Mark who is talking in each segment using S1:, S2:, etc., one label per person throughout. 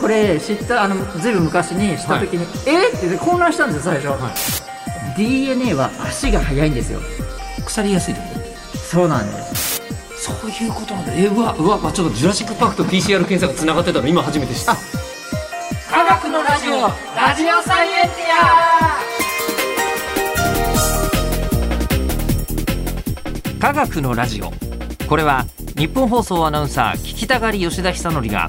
S1: これ知ったあのずいぶん昔に知った時に、えーって混乱したんですよ最初、
S2: はい
S1: DNA は足が速いんですよ
S2: 腐りやすいってこと
S1: そうなんです
S2: そういうことなんだえうわうわ、まあ、ちょっとジュラシック・パークと PCR 検査がつながってたの今初めて知った
S1: 科学のラジオラジオサイエンテ
S2: 科学のラジオこれは日本放送アナウンサー聞きたがり吉田久典が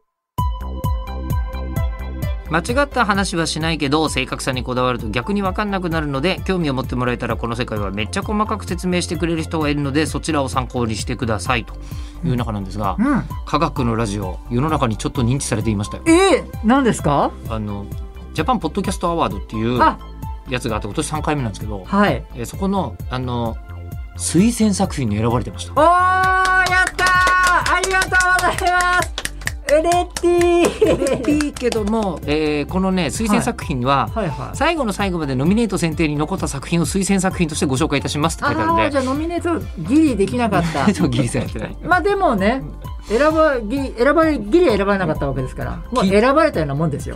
S2: 間違った話はしないけど正確さにこだわると逆に分かんなくなるので興味を持ってもらえたらこの世界はめっちゃ細かく説明してくれる人がいるのでそちらを参考にしてくださいという中なんですが、
S1: うん
S2: 科学のラジオ世の中にちょっと認知されていましたよ。
S1: えー、何ですか
S2: あのジャパンポッドキャストアワードっていう
S1: あ
S2: やつがあって今年3回目なんですけど、
S1: はい
S2: えーそこのあの推薦作品に選ばれてました。
S1: おーやったーありがとうございますうれってィー
S2: いいけども、えーこのね推薦作品は、
S1: はいはい
S2: 最後の最後までノミネート選定に残った作品を推薦作品としてご紹介いたしますって書いてあるんで
S1: あーじゃあノミネートギ リできなかった
S2: でもギリさんやってない。
S1: まあでもね選ばギリ選ばれギリ選ばれなかったわけですからもう選ばれたようなもんですよ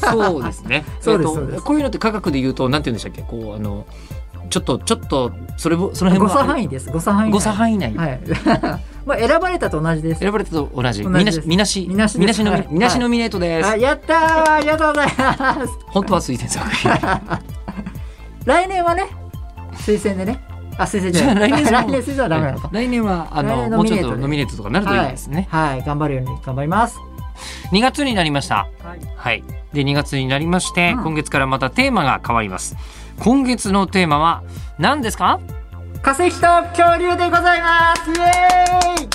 S2: そうですね。
S1: そうです
S2: えっと
S1: そうです
S2: こういうのって科学で言うと、なんて言うんでしたっけ、こう、あの。ちょっと、ちょっと、それも、その辺
S1: 誤
S2: も。
S1: 差範
S2: 囲。
S1: 囲です誤差範囲
S2: 誤差範囲内。
S1: はい まあ選ばれたと同じです
S2: 選ばれたと同じ。
S1: 同
S2: み
S1: じ
S2: な
S1: です、
S2: しみなし、
S1: みなしです
S2: みなしの、
S1: はい
S2: みなしノミネートです。
S1: あやったーありがとうございます
S2: 本当は推薦作品。
S1: 来年はね推薦でねあ推薦じ
S2: じゃ
S1: ゃ
S2: あ
S1: ない
S2: 来年
S1: 来年推薦はダメなのか
S2: 来年は、あ
S1: 来
S2: の、
S1: 年
S2: も
S1: ノ
S2: う
S1: ミ
S2: ち
S1: ネー
S2: ょっ
S1: トで
S2: とノミネートとかなるといいですね。
S1: はい、はい頑張るように頑張ります
S2: 2月になりました。
S1: はい
S2: はい。で、2月になりまして、
S1: うん
S2: 今月からまたテーマが変わります。今月のテーマは、何ですか。
S1: 化石と恐竜でございますイエーイ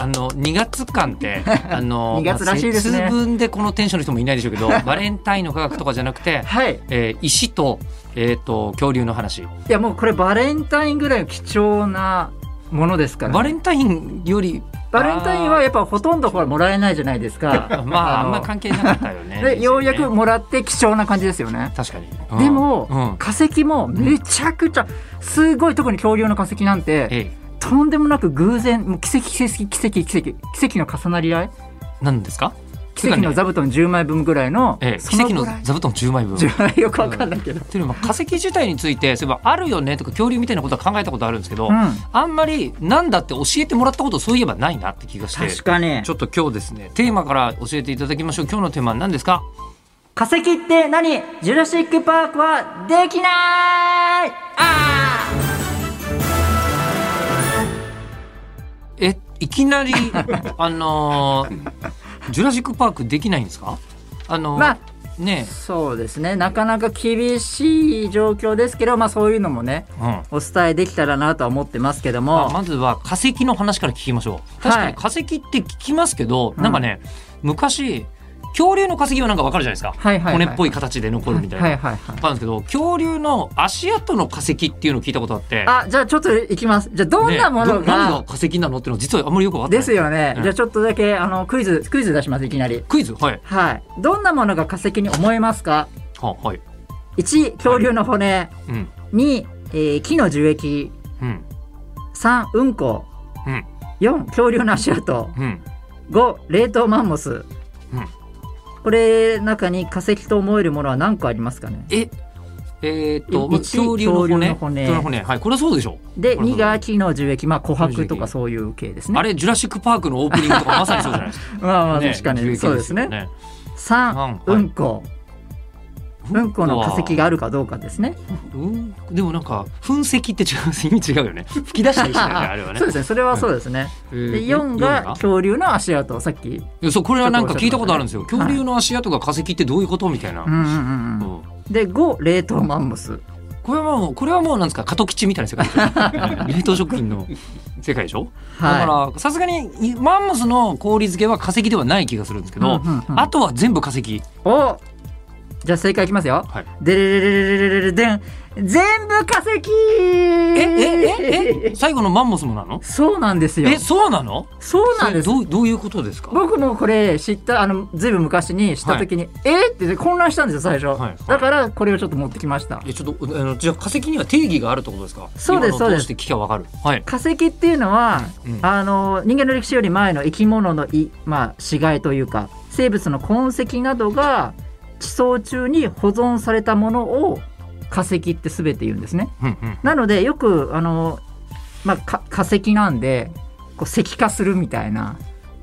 S2: あの2月間って あの
S1: 二月らしいですね
S2: まあ節分でこのテンションの人もいないで しょうけどバレンタインの科学とかじゃなくて、
S1: はい
S2: えー石と,、えー、と恐竜の話
S1: いやもうこれバレンタインぐらいの貴重なものですからね、
S2: バレンタインより
S1: バレンタインはやっぱほとんどほらもらえないじゃないですか
S2: まああ
S1: の
S2: んま関係なかったよ ね
S1: でようやく
S2: ね
S1: もらって貴重な感じですよね
S2: 確かに、うん
S1: でも、
S2: うん
S1: 化石もめちゃくちゃすごい特に恐竜の化石なんて
S2: え
S1: とんでもなく偶然もう奇跡奇跡奇跡奇跡奇跡の重なり合い
S2: えなんですか
S1: 奇跡の座布団10枚分ぐらいの、
S2: ええ
S1: そ
S2: 奇跡の
S1: ぐらい
S2: 座布団10枚分
S1: 10枚よくわかんないけど、
S2: っていうのは化石自体についてそういえばあるよねとか恐竜みたいなことは考えたことあるんですけど、
S1: うん
S2: あんまりなんだって教えてもらったことそういえばないなって気がして
S1: 確かに
S2: ちょっと今日ですねテーマから教えていただきましょう今日のテーマは何ですか
S1: 化石って何ジュラシック・パークはできないあー
S2: えいきな りあのージュラシック・パークできないんですかあのー
S1: まあ
S2: ね
S1: そうですねなかなか厳しい状況ですけど、まあ、そういうのもね
S2: え、うんま
S1: お伝えできたらなとは思ってますけど
S2: あ
S1: も、
S2: まずは化石の話から聞きましょう確か
S1: は
S2: に
S1: い
S2: 化石って聞きますけど、なんかね昔恐竜の化石はなんかわかるじゃないですか、
S1: はいはいはい
S2: 骨っぽい形で残るみたいな、
S1: はいはいはい
S2: あるんですけど恐竜の足跡の化石っていうのを聞いたことあって
S1: あじゃあちょっといきますじゃあどんなもの
S2: ねど何が
S1: が、
S2: 化石なのっていうのは実はあんまりよくわかってな
S1: で
S2: い
S1: すよね、
S2: うん
S1: じゃあちょっとだけあのクイズクイズ出しますいきなり
S2: クイズはい
S1: はいどんなものが化石に思えますか
S2: ははい
S1: 1恐竜の骨
S2: うん
S1: 2、えー木の樹液
S2: うん
S1: 3うんこ
S2: うん
S1: 4恐竜の足跡
S2: うん
S1: 5冷凍マンモス、
S2: うん
S1: これ中に化石と思えるものは何個ありますかね
S2: ええーっと、
S1: い
S2: まあ
S1: 一
S2: 恐竜の骨
S1: 恐竜の骨
S2: 恐竜の骨はいこれはそうでしょ
S1: で
S2: これ
S1: 2が木の樹液まあ琥
S2: 樹
S1: 珀
S2: 液
S1: とかそういう系ですね
S2: あれジュラシック・パークのオープニングとかまさにそうじゃないですか、
S1: まあまあ
S2: ね
S1: 確かに、
S2: 樹液
S1: そうです
S2: よ
S1: ね3
S2: う
S1: う
S2: ん
S1: んこうんこの化石があるかどうかですね
S2: うんでもなんか噴石って違う意味違うよね吹き出したり しないよねあれはね
S1: そうですねそれはそうですね、
S2: えー
S1: で4
S2: 四
S1: が恐竜の足跡さっき
S2: いやそうこれはなんか聞いたことあるんですよ
S1: ょっとおっしゃってましたね
S2: 恐竜の足跡が化石ってどういうことみたいな、
S1: うんうんうんうん
S2: うん
S1: で5冷凍マンモス
S2: これはもうこれはもうなんですか過渡基地みたいな世界でし ょ冷凍食品の世界でしょ、だ
S1: は
S2: からさすがにマンモスの氷漬けは化石ではない気がするんですけど、
S1: うんうんうん
S2: あとは全部化石
S1: いおじゃあ正解いきますよ
S2: はい
S1: でれれれれれれれでん全部化石
S2: ええええ最後のマンモスもなの
S1: そうなんですよ
S2: えそうなの
S1: そうなんです
S2: それどうどういうことですか
S1: 僕もこれ知ったあのずいぶん昔に知った時に、えーって混乱したんですよ最初、
S2: いはい
S1: だからこれをちょっと持ってきました
S2: えちょっとあのじゃあ化石には定義があるってことですか
S1: そうです
S2: 今のを
S1: そうで
S2: 通
S1: す
S2: して聞きゃわかるはい
S1: 化石っていうのは、
S2: うん
S1: あの人間の歴史より前の生き物のい、まあ、死骸というか生物の痕跡などが地層中に保存されたものを化石って全て言うんですね。
S2: うんうん
S1: なのでよくあの、まあ、か化石なんでこう石化するみたいな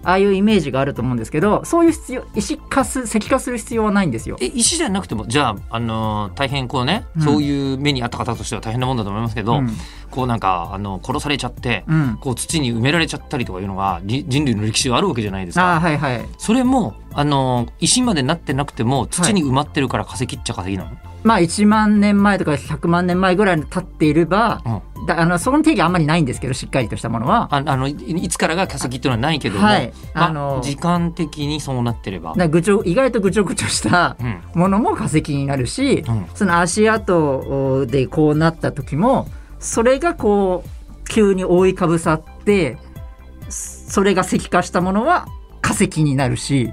S1: ああいうイメージがあると思うんですけどそういう必要石化す石化する必要はないんですよ。
S2: え石じゃなくてもじゃあ、あのー大変こうね、
S1: うん
S2: そういう目にあった方としては大変なもんだと思いますけど、
S1: うん
S2: こうなんか、あの殺されちゃって、
S1: うん、
S2: こう土に埋められちゃったりとかいうのがり人類の歴史があるわけじゃないです
S1: ああ
S2: か
S1: はいはい。
S2: それも、あのー石までなってなくても土に埋まってるから化石っちゃ化石なの、
S1: まあ1万年前とか100万年前ぐらいに経っていれば、だあのそこの定義あんまりないんですけどしっかりとしたものは。
S2: ああのいいつからが化石っていうのはないけども、
S1: はい
S2: まあ
S1: あの
S2: 時間的にそうなってれば。
S1: だぐちょ意外とぐちょぐちょした
S2: うん
S1: ものも化石になるし、
S2: うん
S1: その足跡でこうなった時もそれがこう急に覆いかぶさってそれが石化したものは化石になるし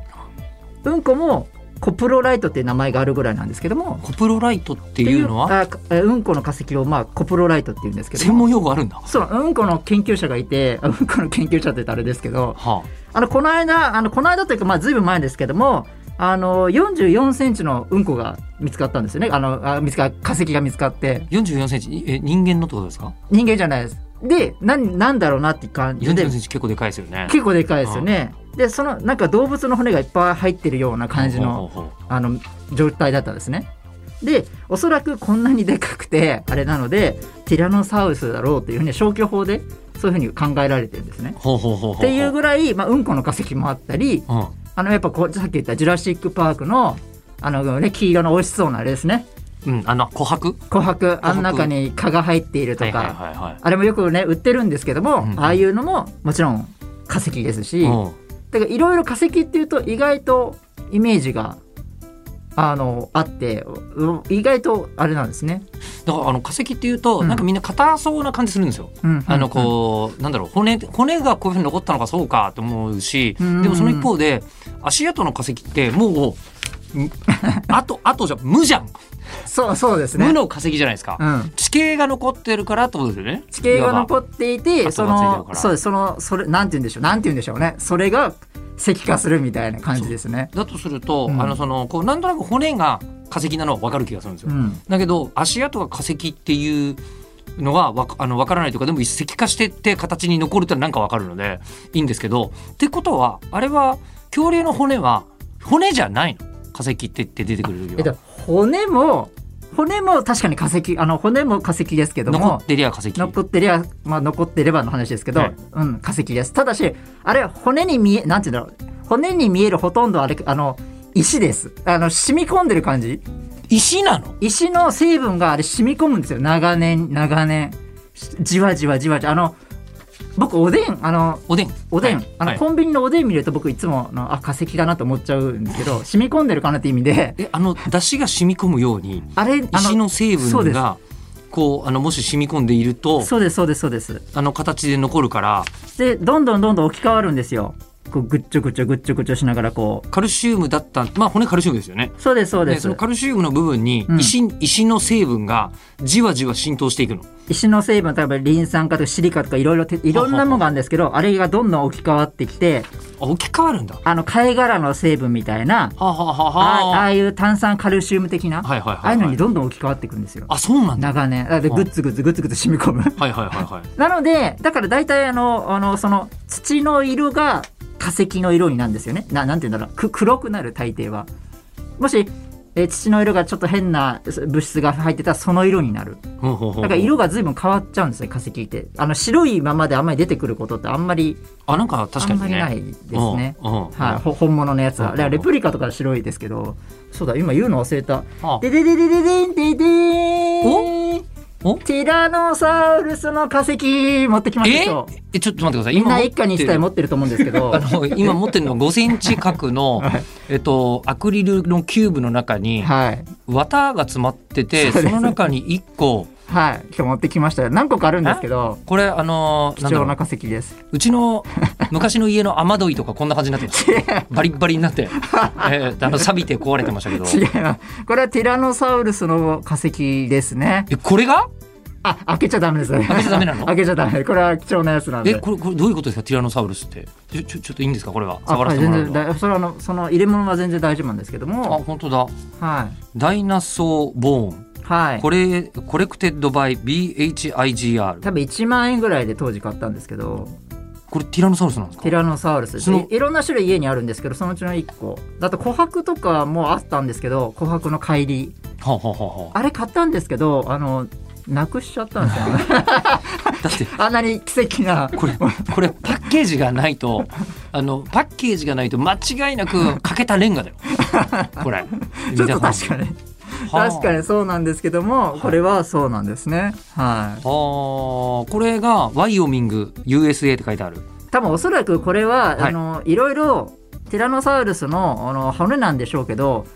S1: うんこもコプロライトっていう名前があるぐらいなんですけども。
S2: コプロライトっていうのは
S1: あえうんこの化石をまあコプロライトって言うんですけど
S2: 専
S1: も
S2: 門用語あるんだ。は
S1: そううんこの研究者がいてあうんこの研究者って言ったらあれですけど
S2: あ、
S1: あのこの間あのこの間というかまあずいぶん前ですけどもあの44センチのうんこが見つかったんですよねあのあ見つか化石が見つかって
S2: 44センチにえ人間のってことですか
S1: 人間じゃないですでなんなんだろうなって感じで
S2: 44センチ結構でかいですよね。
S1: 結構でかいですよねでそのなんか動物の骨がいっぱい入ってるような感じの
S2: ほうほうほ
S1: あの状態だったんですねでおそらくこんなにでかくて あれなのでティラノサウルスだろうというふうに消去法でそういうふうに考えられてるんですね
S2: うほうほうほうほう。
S1: っていうぐらい、まあ、うんこの化石もあったり
S2: うん、
S1: あのやっぱこうさっき言ったジュラシック・パークのあの、ね、黄色の美味しそうなあれですね
S2: うん、あの琥珀
S1: 琥珀あの中に蚊が入っていると
S2: は
S1: か、
S2: いはいはいはい。
S1: あれもよくね売ってるんですけども、
S2: うん
S1: ああいうのももちろん化石ですし、
S2: うん
S1: だからいろいろ化石っていうと意外とイメージがあのあってう意外とあれなんですね。
S2: だからあの化石っていうと、
S1: うん
S2: なんかみんな硬そうな感じするんですよ。
S1: うん
S2: あのこう、なんだろう骨骨がこういうふうに残ったのかそうかと思うし、
S1: うん
S2: でもその一方で足跡の化石っ てもうむあとあとじゃ無じゃん、
S1: うんそうそうです
S2: 無
S1: ね。
S2: の化石じゃないですか、
S1: うん、
S2: 地形が残ってるからってことですよね
S1: 地形が残
S2: っ
S1: っていて
S2: 跡
S1: そ
S2: がついてる
S1: の
S2: から
S1: そうですそのそれなんて言うんでしょうなんて言うんでしょうねそれが石化するみたいな感じですね。
S2: だとすると、
S1: うん
S2: あのそのこうなんとなく骨が化石なのは分かる気がするんですよ、
S1: うん、
S2: だけど足跡が化石っていうのがわかあの分からないというかでも一石化してって形に残るってのはなんか分かるのでいいんですけどってことはあれは恐竜の骨は骨じゃないの化石って言って出てくる
S1: えっ
S2: 時
S1: と
S2: は。
S1: 骨も骨も確かに化石あの骨も化石ですけど
S2: 残
S1: も
S2: ってりゃ化石。
S1: 残ってりゃ、まあ、残ってればの話ですけど、
S2: はい
S1: うん、化石です。ただし、あれは骨に見え、なんて言うんだろう。骨に見えるほとんどあれ、あの、石です。あの、染み込んでる感じ。
S2: 石なの
S1: 石の成分があれ染み込むんですよ。長年、長年。じわじわじわじわ。あの、僕、おでん、あの、
S2: おでん。
S1: おでん、
S2: はい
S1: あの、
S2: はい
S1: コンビニのおでん見ると僕いつもあのあ化石だなと思っちゃうんですけど染み込んでるかなって意味で
S2: えあの出汁が染み込むように
S1: あれあ
S2: 石の成
S1: そう
S2: 分
S1: です
S2: がこうあのもし染み込んでいると
S1: そうですそうですそうです
S2: あの形で残るから
S1: でどんどんどんどん置き換わるんですよこうぐっちょぐちょぐっちょぐちょしながらこう
S2: カルシウムだったまあ骨カルシウムですよね。
S1: そうですそうで、
S2: ですそのカルシウムの部分に
S1: うん
S2: 石,、石の成分がじわじわ浸透していくの。
S1: 石の成分例えばリン酸化とかシリカとかいろいろていろんなものがあるんですけどあれがどんどん置き換わってきて
S2: あ置き換わるんだ。は
S1: あの貝殻の成分みたいな
S2: あ、はあはあ
S1: あああ
S2: はあ。
S1: いう炭酸カルシウム的な、
S2: はいはいはいはい
S1: ああいうのにどんどん置き換わっていくんですよ
S2: あそうなんだ。
S1: 長年だってグツグツグツグツ染み込む
S2: はいはいはいはい。
S1: なのでだから大体あのあのその土の色が化石の色になるんですよねななんて言うんだろうく黒くなる大抵はもしえー土の色がちょっと変な物質が入ってたらその色になる
S2: ほうほうほう
S1: だから色が随分変わっちゃうんですね化石ってあの白いままであんまり出てくることってあんまり
S2: あなんか確か
S1: あん
S2: に
S1: ま
S2: ね。
S1: りないですね
S2: うんうん
S1: はい、ほ本物のやつは
S2: うん
S1: だからレプリカとかは白いですけどそうだ今言うの忘れた
S2: あ
S1: ででででででんででーん
S2: おお
S1: ティラノサウルスの化石持ってきました
S2: え
S1: よ
S2: えちょっと待ってください
S1: みんな一
S2: 家
S1: 家に一台持ってると思うんですけ ど
S2: あの今持ってるの5センチ角の、
S1: はい
S2: えっと、アクリルのキューブの中に
S1: はい
S2: 綿が詰まってて
S1: そう
S2: そ
S1: です
S2: の中に1個
S1: はい今日持ってきましたよ何個かあるんですけど
S2: これあの
S1: 貴
S2: なんだ
S1: 重
S2: ろう
S1: な化石です
S2: うちの昔の家の雨どいとかこんな感じになってました。バリッバリに なって、えーあの錆びて壊れてましたけど。
S1: 違いますこれはティラノサウルスの化石ですね
S2: えこれが？
S1: あ開けちゃダメです開
S2: けちゃダメなの
S1: 開けちゃダメこれは貴重なやつなん
S2: え
S1: で
S2: これこれどういうことですかティラノサウルスって。ちょちょちょっといいんですかこれは
S1: あ
S2: 触ら
S1: は
S2: せ
S1: い全
S2: てもらう
S1: 然
S2: と。あ
S1: だそれはあのその入れ物は全然大丈夫なんですけども
S2: 本当だ。
S1: は
S2: ダイナソーボー
S1: い
S2: ン。
S1: はい
S2: これコレクテッドバイ BHIGR。
S1: 多分1万円ぐらいで当時買ったんですけど
S2: これティラノサウルスなんです
S1: ティ
S2: か？
S1: ラノサウルス
S2: その
S1: いいろんな種類家にあるんですけどそのうちの1個だと琥珀とかもあったんですけど琥珀の帰り
S2: はあ、はあはあは
S1: あれ買ったんですけどあのなくしちゃったんですよね
S2: あ、だって
S1: あんなに奇跡な
S2: これこれパッケージがないとあのパッケージがないと間違いなく欠けたレンガだよ。これ。
S1: ちょっと確かに
S2: はあ
S1: 確かにそうなんですけども
S2: い
S1: これはそうなんですねはい
S2: あーこれがワイオミング USA って書いてある
S1: 多分おそらくこれは、
S2: はい
S1: い、あのいろいろティラノサウルスのあの骨なんでしょうけど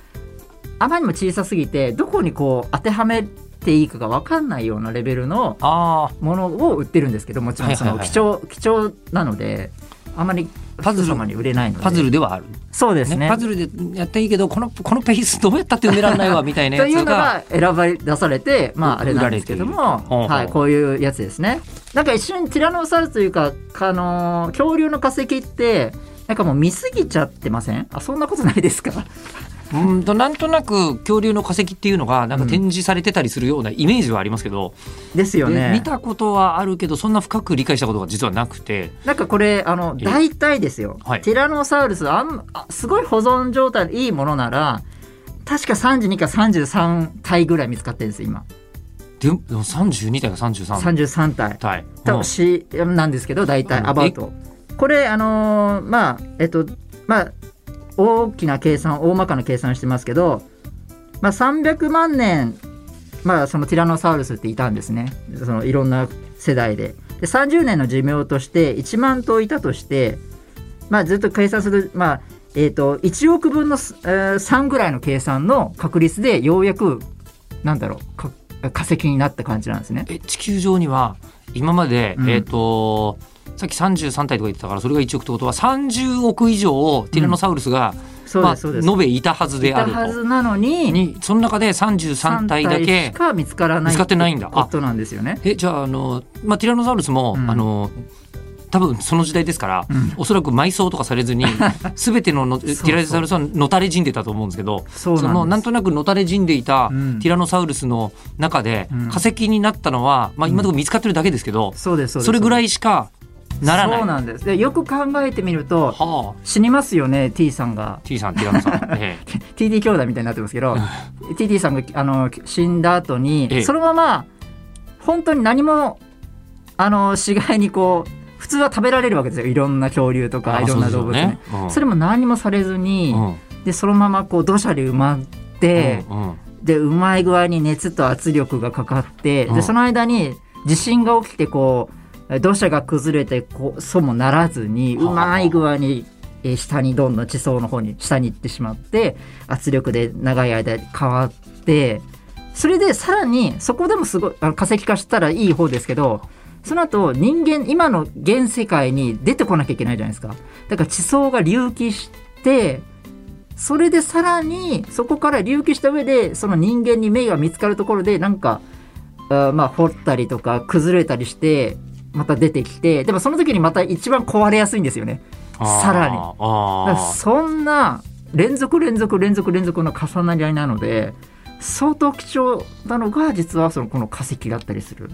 S1: あまりにも小さすぎてどこにこう当てはめていいかが分かんないようなレベルの
S2: あ
S1: ものを売ってるんですけどもちろんそ
S2: は
S1: の
S2: いはいはい
S1: 貴重、貴重なのであまり
S2: パズル
S1: 人様に売れないので
S2: パズルではある、
S1: そうです
S2: ね
S1: ね
S2: パズルでやっていいけどこのこのペースどうやったって埋められないわみたいな
S1: と
S2: やつ
S1: いうの
S2: が
S1: が選ばれ出されてまああ
S2: 売
S1: れなんですけども
S2: 売られているほうほう
S1: はい、こういうやつですねなんか一瞬ティラノサウルスというか、あのー恐竜の化石ってなんかもう見すぎちゃってませんあそんなことないですか
S2: うんとなんとなく恐竜の化石っていうのがなんか
S1: うん
S2: 展示されてたりするようなイメージはありますけど、
S1: ですよ
S2: で見
S1: ね
S2: たことはあるけどそんな深く理解したことが実はなくて
S1: なんかこれあの
S2: ええ
S1: 大体ですよ、
S2: はい
S1: ティラノサウルスあんあすごい保存状態いいものなら確か32か33体ぐらい見つかってるんです今
S2: ででも32体か33
S1: 33体
S2: 体
S1: としなんですけど大体
S2: うん
S1: アバウトこれあのーまあえっとまあ大きな計算大まかな計算してますけど、まあ、300万年、まあ、そのティラノサウルスっていたんですねそのいろんな世代でで30年の寿命として1万頭いたとして、まあ、ずっと計算する、まあえっと1億分の、えー3ぐらいの計算の確率でようやくなんだろうか化石になった感じなんですね。
S2: え地球上には今まで、
S1: うん
S2: えっ、とさっき33体とか言ってたからそれが1億ってことは30億以上ティラノサウルスが、
S1: そう
S2: ま
S1: で
S2: あ、
S1: すそうです、
S2: 延べいたはずであ
S1: いたは
S2: る
S1: ずなの
S2: と。
S1: に
S2: にその中で33体だ
S1: し
S2: け
S1: か見つからない
S2: 見つかってないんだ
S1: こことなんですよね。
S2: えじゃああの、まあ、ティラノサウルスも、
S1: うん
S2: あの多分その時代ですから、
S1: うん
S2: おそらく埋葬とかされ ずに全てのの
S1: そうそう
S2: ティラノサウルスはのたれ死んでたと思うんですけど
S1: そうなんです
S2: のなんとなくのたれ死んでいた、
S1: うん
S2: ティラノサウルスの中で
S1: うん
S2: 化石になったのは、まあ、今のところ見つかってるだけですけど、
S1: そうですそうです
S2: それぐら
S1: い
S2: いしかならない。
S1: そうなんですでよく考えてみると
S2: はあ、
S1: 死にますよね T さんが
S2: T さん、ティラ ノさん。え
S1: TT 兄弟みたいになってますけど TT さんがあの死んだ後に、
S2: ええ
S1: そのまま本当に何もあの死骸にこう普通は食べられるわけですよいろんな恐竜と
S2: え
S1: かいろんな動物ね。そ。
S2: あそうです
S1: れも何もされずに、
S2: よね
S1: でそのままこう土砂で埋まって、
S2: うんうんうん
S1: でうまい具合に熱と圧力がかかって、
S2: うん
S1: でその間に地震が起きてこう土砂が崩れてこうそうもならずに
S2: はあ
S1: うまい具合にえー下にどんどん地層の方に下に行ってしまって圧力で長い間変わってそれでさらにそこでもすごいあの化石化したらいい方ですけどその後人間今の現世界に出てこなきゃいけないじゃないですかだから地層が隆起してそれでさらにそこから隆起した上でその人間に目が見つかるところでなんかあーまあ掘ったりとか崩れたりしてまた出てきてでもその時にまた一番壊れやすいんですよね
S2: あー
S1: さらに
S2: あ
S1: だから
S2: ー
S1: そんな連続連続連続連続の重なり合いなので相当貴重なのが実はそのこの化石だったりする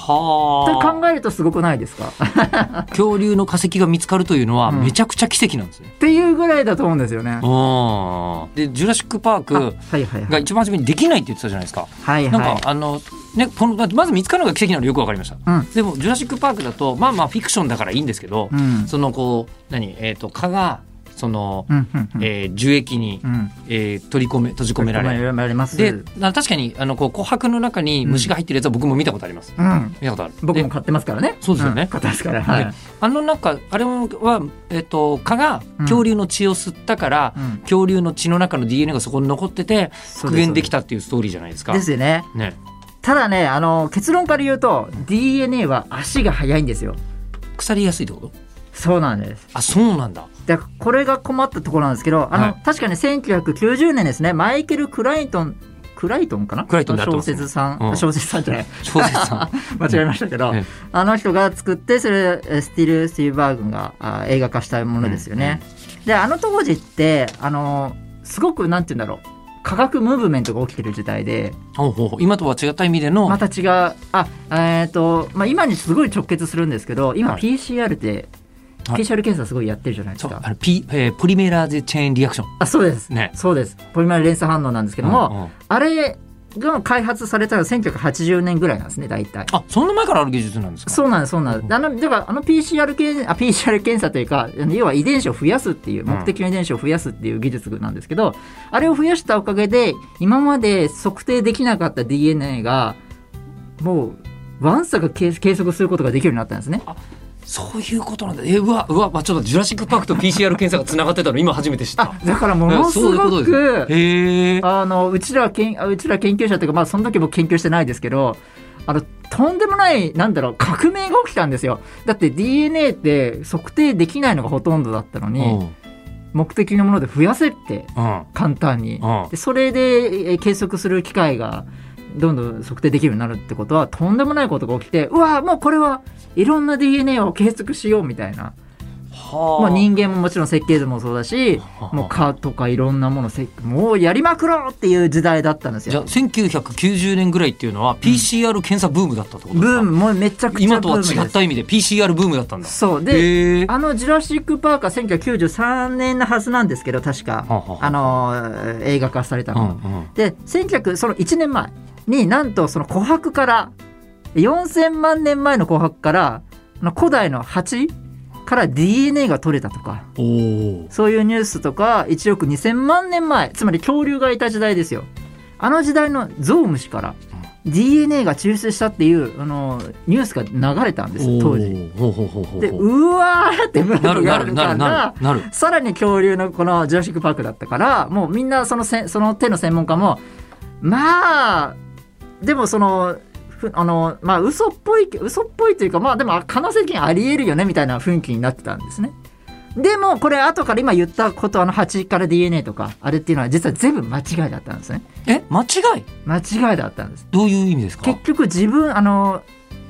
S1: と
S2: はあ
S1: 考えるとすごくないですか っ
S2: 恐竜の化石が見つかるというのは
S1: うん
S2: めちゃくちゃ奇跡なんですね。
S1: ていうぐらいだと思うんですよね。
S2: うんでジュラシック・
S1: あ
S2: パー
S1: は
S2: ク
S1: いはいは
S2: が
S1: い
S2: 一番初めにできないって言ってたじゃないですか。
S1: はい
S2: なんか、
S1: は
S2: あのねこのだってまず見つかるのが奇跡なのよくわかりました。
S1: うん
S2: でもジュラシック・パークだとまあまあフィクションだからいいんですけど、
S1: い。うん
S2: そのこう何えっ、と蚊がその、
S1: うんうんうん
S2: えー樹液に、
S1: うん
S2: えー取り込め閉じ込められる。
S1: 込められます
S2: で
S1: うん、
S2: な確かにあのこう琥珀の中に虫が入ってるやつは僕も見たことあります。見たことある。
S1: 僕も
S2: で
S1: 買ってますからね
S2: そうですよね
S1: ん買ってますからはい、
S2: であのなんかあれはえっ、と蚊が恐竜の血を吸ったから、
S1: うん
S2: 恐竜の血の中の DNA がそこに残ってて
S1: そう
S2: 復
S1: す
S2: 元できたっていうストーリーじゃないですか。
S1: ですよね
S2: ね。
S1: ただねあの結論から言うと DNA は足が速いんですよ
S2: 腐りやすいってこと？
S1: そうなんです
S2: あそうなんだ。
S1: でこれが困ったところなんですけどあの、
S2: はい
S1: 確かに1990年ですねマイケル・クライトンクライトンかな
S2: クライトンで合ってま
S1: 小
S2: す
S1: 説さん、
S2: うん
S1: 小説さんじゃない
S2: 小 説さ
S1: 間違えましたけど、
S2: ええ
S1: あの人が作ってそれえスティール・スティーバーグがあ映画化したものですよね、であの当時ってあのすごくなんて言うんだろう科学ムーブメントが起きてる時代で
S2: ん。ほうほうほう今とは違った意味での、
S1: また違うあえっ、と、まあ、今にすごい直結するんですけど今
S2: はい
S1: PCR って、
S2: はい
S1: PCR 検査すごいやってるじゃないです
S2: そう
S1: か
S2: あのピ、えーポリメラーゼチェーンリアクション。
S1: あそうです、
S2: ね
S1: そうですポリマー連鎖反応なんですけども、
S2: うんうん
S1: あれが開発されたのは1980年ぐらいなんですね大体
S2: あそんな前からある技術なんですか。
S1: そうなんですそうなんです、
S2: うん
S1: あのだからあの PCR 検あ PCR 検査というかあの要は遺伝子を増やすっていう目的の遺伝子を増やすっていう技術なんですけど、あれを増やしたおかげで今まで測定できなかった DNA がもうわんさか計計測することができるようになったんですね
S2: そういうことなんだ。えーうわうわ、まあ、ちょっとジュラシックパークと PCR 検査がつながってたの今初めて知った。
S1: だからも
S2: えー
S1: のす
S2: そういう
S1: ご
S2: こと
S1: く
S2: ですね。へえ。
S1: あのうちらけんあうちら研究者というか、まあ、その時僕研究してないですけどあのとんでもないなんだろう革命が起きたんですよだって DNA って測定できないのがほとんどだったの
S2: う
S1: に、
S2: ん
S1: 目的のもので増やせって
S2: うん
S1: 簡単に、
S2: うん
S1: でそれでえー計測する機械がどんどん測定できるようになるってことはとんでもないことが起きてうわもうこれはいろんな DNA を計測しようみたいな
S2: はあ。
S1: まあ、人間ももちろん設計図もそうだし
S2: はあ
S1: もう蚊とかいろんなものせもうやりまくろうっていう時代だったんです
S2: じゃ
S1: よ
S2: あ1990年ぐらいっていうのは PCR 検査ブームだったってことです
S1: ブ
S2: か、
S1: ームもうめちゃくちゃ
S2: 今
S1: ブ
S2: と
S1: ー
S2: は
S1: ムです
S2: 違った意味で PCR ブームだったんだ。
S1: そうで
S2: へえ。
S1: あの「ジュラシック・パーク」は1993年のはずなんですけど確か、
S2: はあはあ
S1: あのー映画化された
S2: う
S1: の
S2: ん
S1: が、
S2: うん。
S1: で1900その1年前になんとその琥珀から4,000万年前の琥珀からあの古代の蜂から DNA が取れたとか
S2: おお。
S1: そういうニュースとか1億2,000万年前つまり恐竜がいた時代ですよあの時代のゾウムシから DNA が抽出したっていうあのニュースが流れたんですよ当時。
S2: おー。ほうほうほうほう
S1: で
S2: ほう。
S1: うわーってな
S2: なるなるなるなるなる。
S1: さらに恐竜のこのジュラシック・パークだったからもうみんなそのせその手の専門家もまあでもそのふあのまあ嘘っぽい嘘っぽいというかまあでも可能性的にありえるよねみたいな雰囲気になってたんですね。でもこれ後から今言ったことあの8から DNA とかあれっていうのは実は全部間違いだったんですね。
S2: え間違い
S1: 間違いだったんです。
S2: どういう意味ですか
S1: 結局自分あの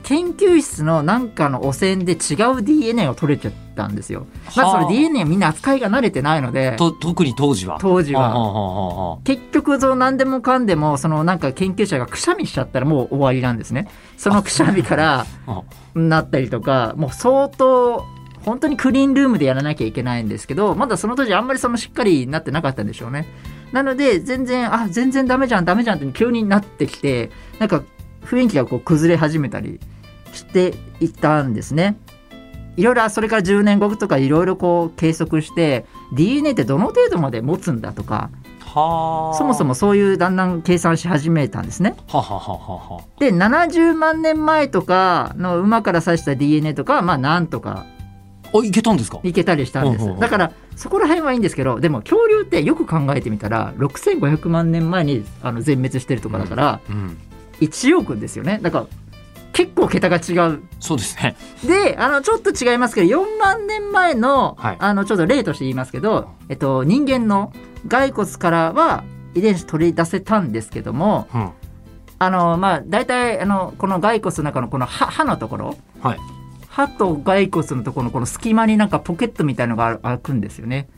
S1: 研究室のなんかの汚染で違う DNA を取れちゃったんですよ。まずそ
S2: は
S1: れ
S2: あ
S1: DNA はみんな扱いが慣れてないので
S2: と特に当時は。
S1: 当時
S2: はあは
S1: は。
S2: あはあはあ
S1: 結局その何でもかんでもそのなんか研究者がくしゃみしちゃったらもう終わりなんですね。そのくしゃみから
S2: あ
S1: なったりとかもう相当本当にクリーンルームでやらなきゃいけないんですけどまだその当時あんまりそのしっかりなってなかったんでしょうね。なので全然あ全然ダメじゃんダメじゃんって急になってきてなんか雰囲気がこう崩れ始めたりしていたんですね。いろいろそれから10年後とかいろいろこう計測して DNA ってどの程度まで持つんだとか
S2: はあ。
S1: そもそもそういうだんだん計算し始めたんですね。
S2: はあはあはあはあはあ。
S1: で70万年前とかの馬から採した DNA とかはまあなんとか
S2: あいけたんですか。
S1: いけたりしたんで
S2: ほうほうほ
S1: す
S2: う
S1: だからそこら辺はいいんですけどでも恐竜ってよく考えてみたら6500万年前にあの全滅してるとかだから
S2: うん。
S1: 1億ですよねだから結構桁が違う
S2: そうですね。
S1: であのちょっと違いますけど4万年前の,、
S2: はい
S1: あのちょっと例として言いますけど、えっと、人間の骸骨からは遺伝子取り出せたんですけども、
S2: うん。
S1: あのまあ大体あのこの骸骨の中のこの歯歯のところ
S2: はい。
S1: 歯と骸骨のところのこの隙間になんかポケットみたいのがある開くんですよね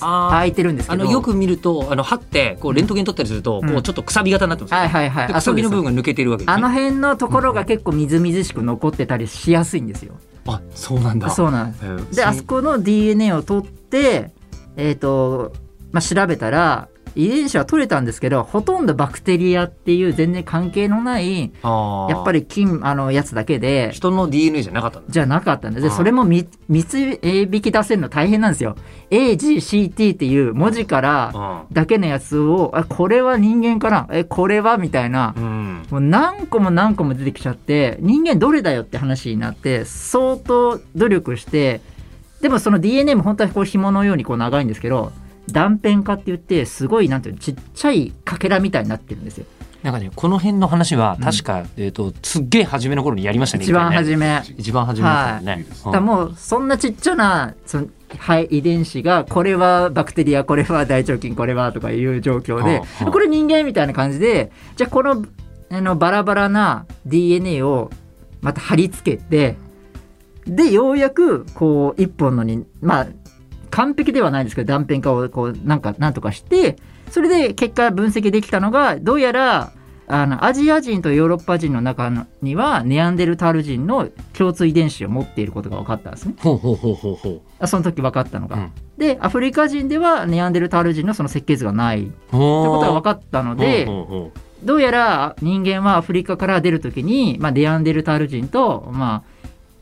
S2: あー
S1: 開いてるんです
S2: あ
S1: けど
S2: のよく見るとあの歯ってこうレントゲン撮ったりすると、
S1: うん
S2: こうちょっとくさび型になってますよ
S1: は
S2: ね、
S1: いはいはい
S2: で
S1: あ
S2: く
S1: そ
S2: さ
S1: う
S2: び
S1: です
S2: の部分が抜けているわけです、
S1: あ
S2: ね、
S1: の辺のところが結構みずみずしく残ってたりしやすいんですよ
S2: あそうなんだ
S1: そうなんです
S2: えー
S1: であそこの DNA を取ってえっ、と、まあ、調べたら遺伝子は取れたんですけどほとんどバクテリアっていう全然関係のない
S2: あ
S1: やっぱ
S2: り
S1: り菌あのやつだけで
S2: 人の DNA じゃなかったんだ
S1: じゃなかったんですで
S2: あー
S1: それもみ密引き出せるの大変なんですよ AGCT っていう文字から
S2: あ
S1: だけのやつをあこれは人間かなえこれはみたいな
S2: ーうん
S1: もう何個も何個も出てきちゃって人間どれだよって話になって相当努力してでもその DNA も本当はこう紐のようにこう長いんですけど断片化って言ってすごいなんていうのちっちゃいかけらみたいになってるんですよ
S2: なんかねこの辺の話は
S1: うん
S2: 確か、えっ、とすっげえ初めの頃にやりましたね
S1: 一番
S2: 回ね
S1: 初め。
S2: 一番初めの頃ね、
S1: だから
S2: うん
S1: もうそんなちっちゃなその、はい、遺伝子がこれはバクテリアこれは大腸菌これはとかいう状況で
S2: はあはあ
S1: これ人間みたいな感じでじゃあこのあのバラバラな DNA をまた貼り付けてでようやくこう一本のにまあ完璧ではないですけど断片化をこうなんかなんとかしてそれで結果分析できたのがどうやらあのアジア人とヨーロッパ人の中のにはネアンデルタール人の共通遺伝子を持っていることが分かったんですね
S2: ほうほうほうほうほう
S1: あその時分かったのが、
S2: うん
S1: でアフリカ人ではネアンデルタール人のその設計図がないってことが分かったので、
S2: ほうほうほう
S1: どうやら人間はアフリカから出る時に、まあ、ネアンデルタール人と、ま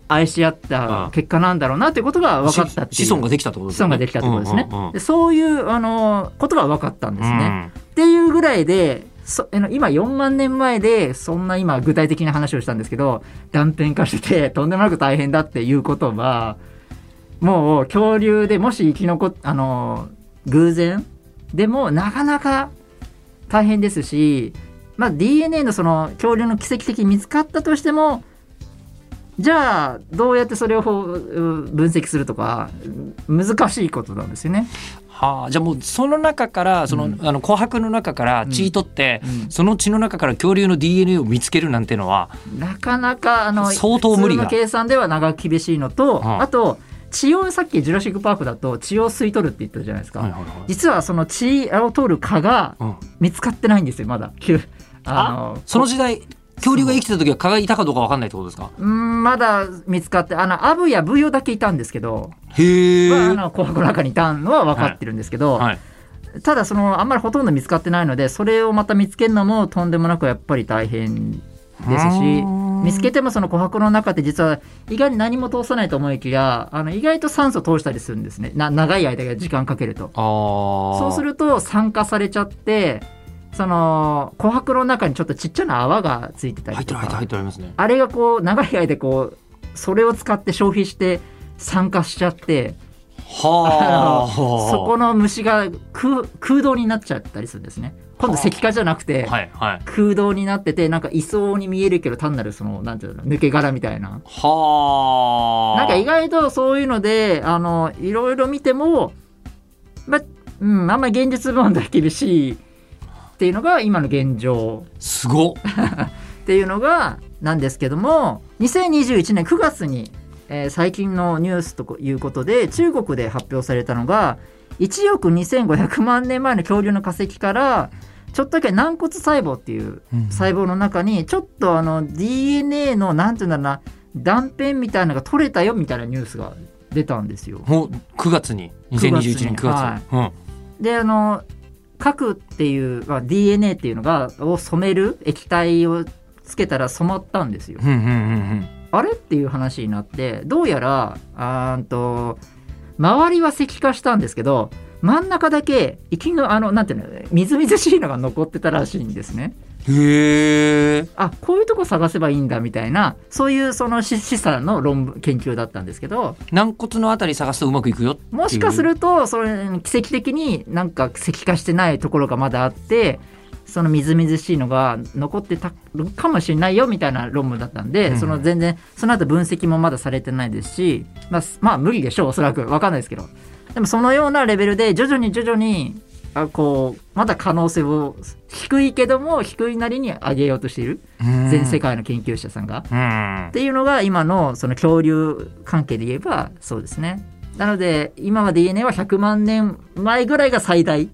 S1: あ、愛し合った結果なんだろうなということが分かったっていう
S2: 子孫ができたってこと
S1: 子孫ができたってことですね、
S2: うんうんうん
S1: でそういうあのことが分かったんですね、
S2: うん
S1: っていうぐらいでそあの今4万年前でそんな今具体的な話をしたんですけど断片化して てとんでもなく大変だっていうことはもう恐竜でもし生き残っあの偶然でもなかなか大変ですし、まあ、DNA のその恐竜の奇跡的に見つかったとしてもじゃあどうやってそれをこうう分析するとか難しいことなんですよね。
S2: はあ、じゃあもうその中からその、
S1: うん
S2: あの琥珀の中から
S1: うん
S2: 血取って、
S1: うん
S2: その血の中から恐竜の DNA を見つけるなんてのは、
S1: なかなかあの
S2: 相当無理が
S1: 普通の計算では長く厳しいのと、
S2: うん
S1: あと血をさっきジュラシック・パークだと血を吸い取るって言ったじゃないですか、
S2: はいはいはい
S1: 実はその血を取る蚊が
S2: うん
S1: 見つかってないんですよまだきゅ
S2: あ
S1: あの
S2: その時代恐竜が生きてた時は蚊がいたかどうか分かんないってことですか
S1: うんまだ見つかってあのアブやブヨだけいたんですけど、
S2: へえ、
S1: まあ、あの琥珀の中にいたのは分かってるんですけど、
S2: はい、
S1: ただそのあんまりほとんど見つかってないのでそれをまた見つけるのもとんでもなくやっぱり大変ですし
S2: うん
S1: 見つけてもその琥珀の中って実は意外に何も通さないと思いきやあの意外と酸素通したりするんですねな長い間時間かけると
S2: あー
S1: そうすると酸化されちゃってその琥珀の中にちょっとちっちゃな泡がついてた
S2: 入
S1: り
S2: って
S1: と
S2: る入
S1: か
S2: ってる入ってるありますね
S1: あれがこう長い間こうそれを使って消費して酸化しちゃって
S2: はあ
S1: あそこの虫が空空洞になっちゃったりするんですね今度
S2: はあ
S1: 石化じゃなくて
S2: はいはい
S1: 空洞になっててなんかいそうに見えるけど単なるそのなんていうの抜け殻みたいな
S2: はあ
S1: なんか意外とそういうのであのいろいろ見ても、まうん、あんまり現実問題厳しいっていうのが今の現状
S2: すごっ
S1: っていうのがなんですけども2021年9月に、えー最近のニュースということで中国で発表されたのが1億2500万年前の恐竜の化石からちょっとだけ軟骨細胞っていう細胞の中にちょっとあの DNA のなんていうんだろうな断片みたいなのが取れたよみたいなニュースが出たんですよ。
S2: もう9月に2021年9月
S1: はい
S2: うん
S1: であの核っていう、まあ、DNA っていうのがを染める液体をつけたら染まったんですよ。
S2: うんうんうんうん
S1: あれっていう話になってどうやらあーんと周りは石化したんですけど真ん中だけ生きのあのなんていうのみずみずしいのが残ってたらしいんですね。
S2: へえ。
S1: あこういうとこ探せばいいんだみたいなそういうそのし示唆の論文研究だったんですけど
S2: 軟骨のあたり探すとうまくいくよっていう。
S1: もしかするとそれ奇跡的になんか石化してないところがまだあってそのみずみずしいのが残ってたるかもしれないよみたいな論文だったんで、
S2: うん
S1: その全然その後分析もまだされてないですし、まあ、すまあ無理でしょうおそらく分かんないですけどでもそのようなレベルで徐々に徐々にあこうまだ可能性を低いけども低いなりに上げようとしている
S2: うん
S1: 全世。界の研究者さんが。
S2: うん
S1: っ。ていうのが今のその恐竜関係で言えばそうですねなので今は DNA は100万年前ぐらいが最大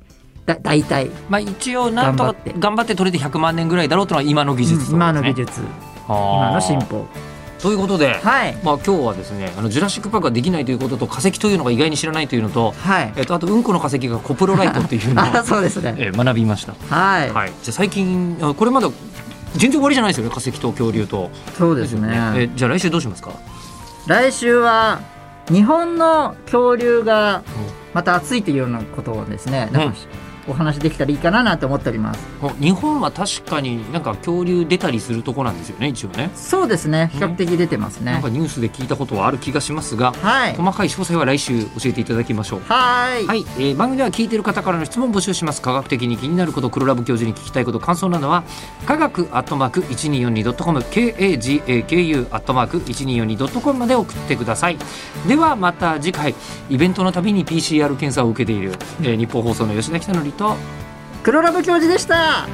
S1: だ大体
S2: まあ一応なんとか
S1: 頑張って
S2: 頑張って取れて100万年ぐらいだろうというのは今の技術ってことですね。
S1: 今の技術
S2: あー。
S1: 今の進歩
S2: ということで、
S1: はい
S2: まあ、今日はですねあのジュラシック・パークができないということと化石というのが意外に知らないというのと,、
S1: はい
S2: えっとあとうんこの化石がコプロライトっていうのを、
S1: あそうですね
S2: えー学びました、
S1: はい、
S2: はい、じゃあ最近あこれまだ全然終わりじゃないですよね化石と恐竜と
S1: そうですね
S2: よえーじゃあ来週どうしますか
S1: 来週は日本の恐竜がまた熱いというようなことをですね、なんかお話できたらいいかななんて思っております
S2: お日本は確かになんか恐竜出たりするとこなんですよね一応ね
S1: そうですね比較的出てます
S2: なん
S1: ね
S2: かニュースで聞いたことはある気がしますが、
S1: はい
S2: 細かい詳細は来週教えていただきましょう
S1: はい
S2: はい、えー番組では聞いている方からの質問を募集します科学的に気になること黒ラブ教授に聞きたいこと感想などは科学アットマーク 1242.com KAGAKU アットマーク 1242.com まで送ってくださいではまた次回イベントのたびに PCR 検査を受けている、えー日本放送の吉田ひとのりと
S1: 黒ラブ教授でした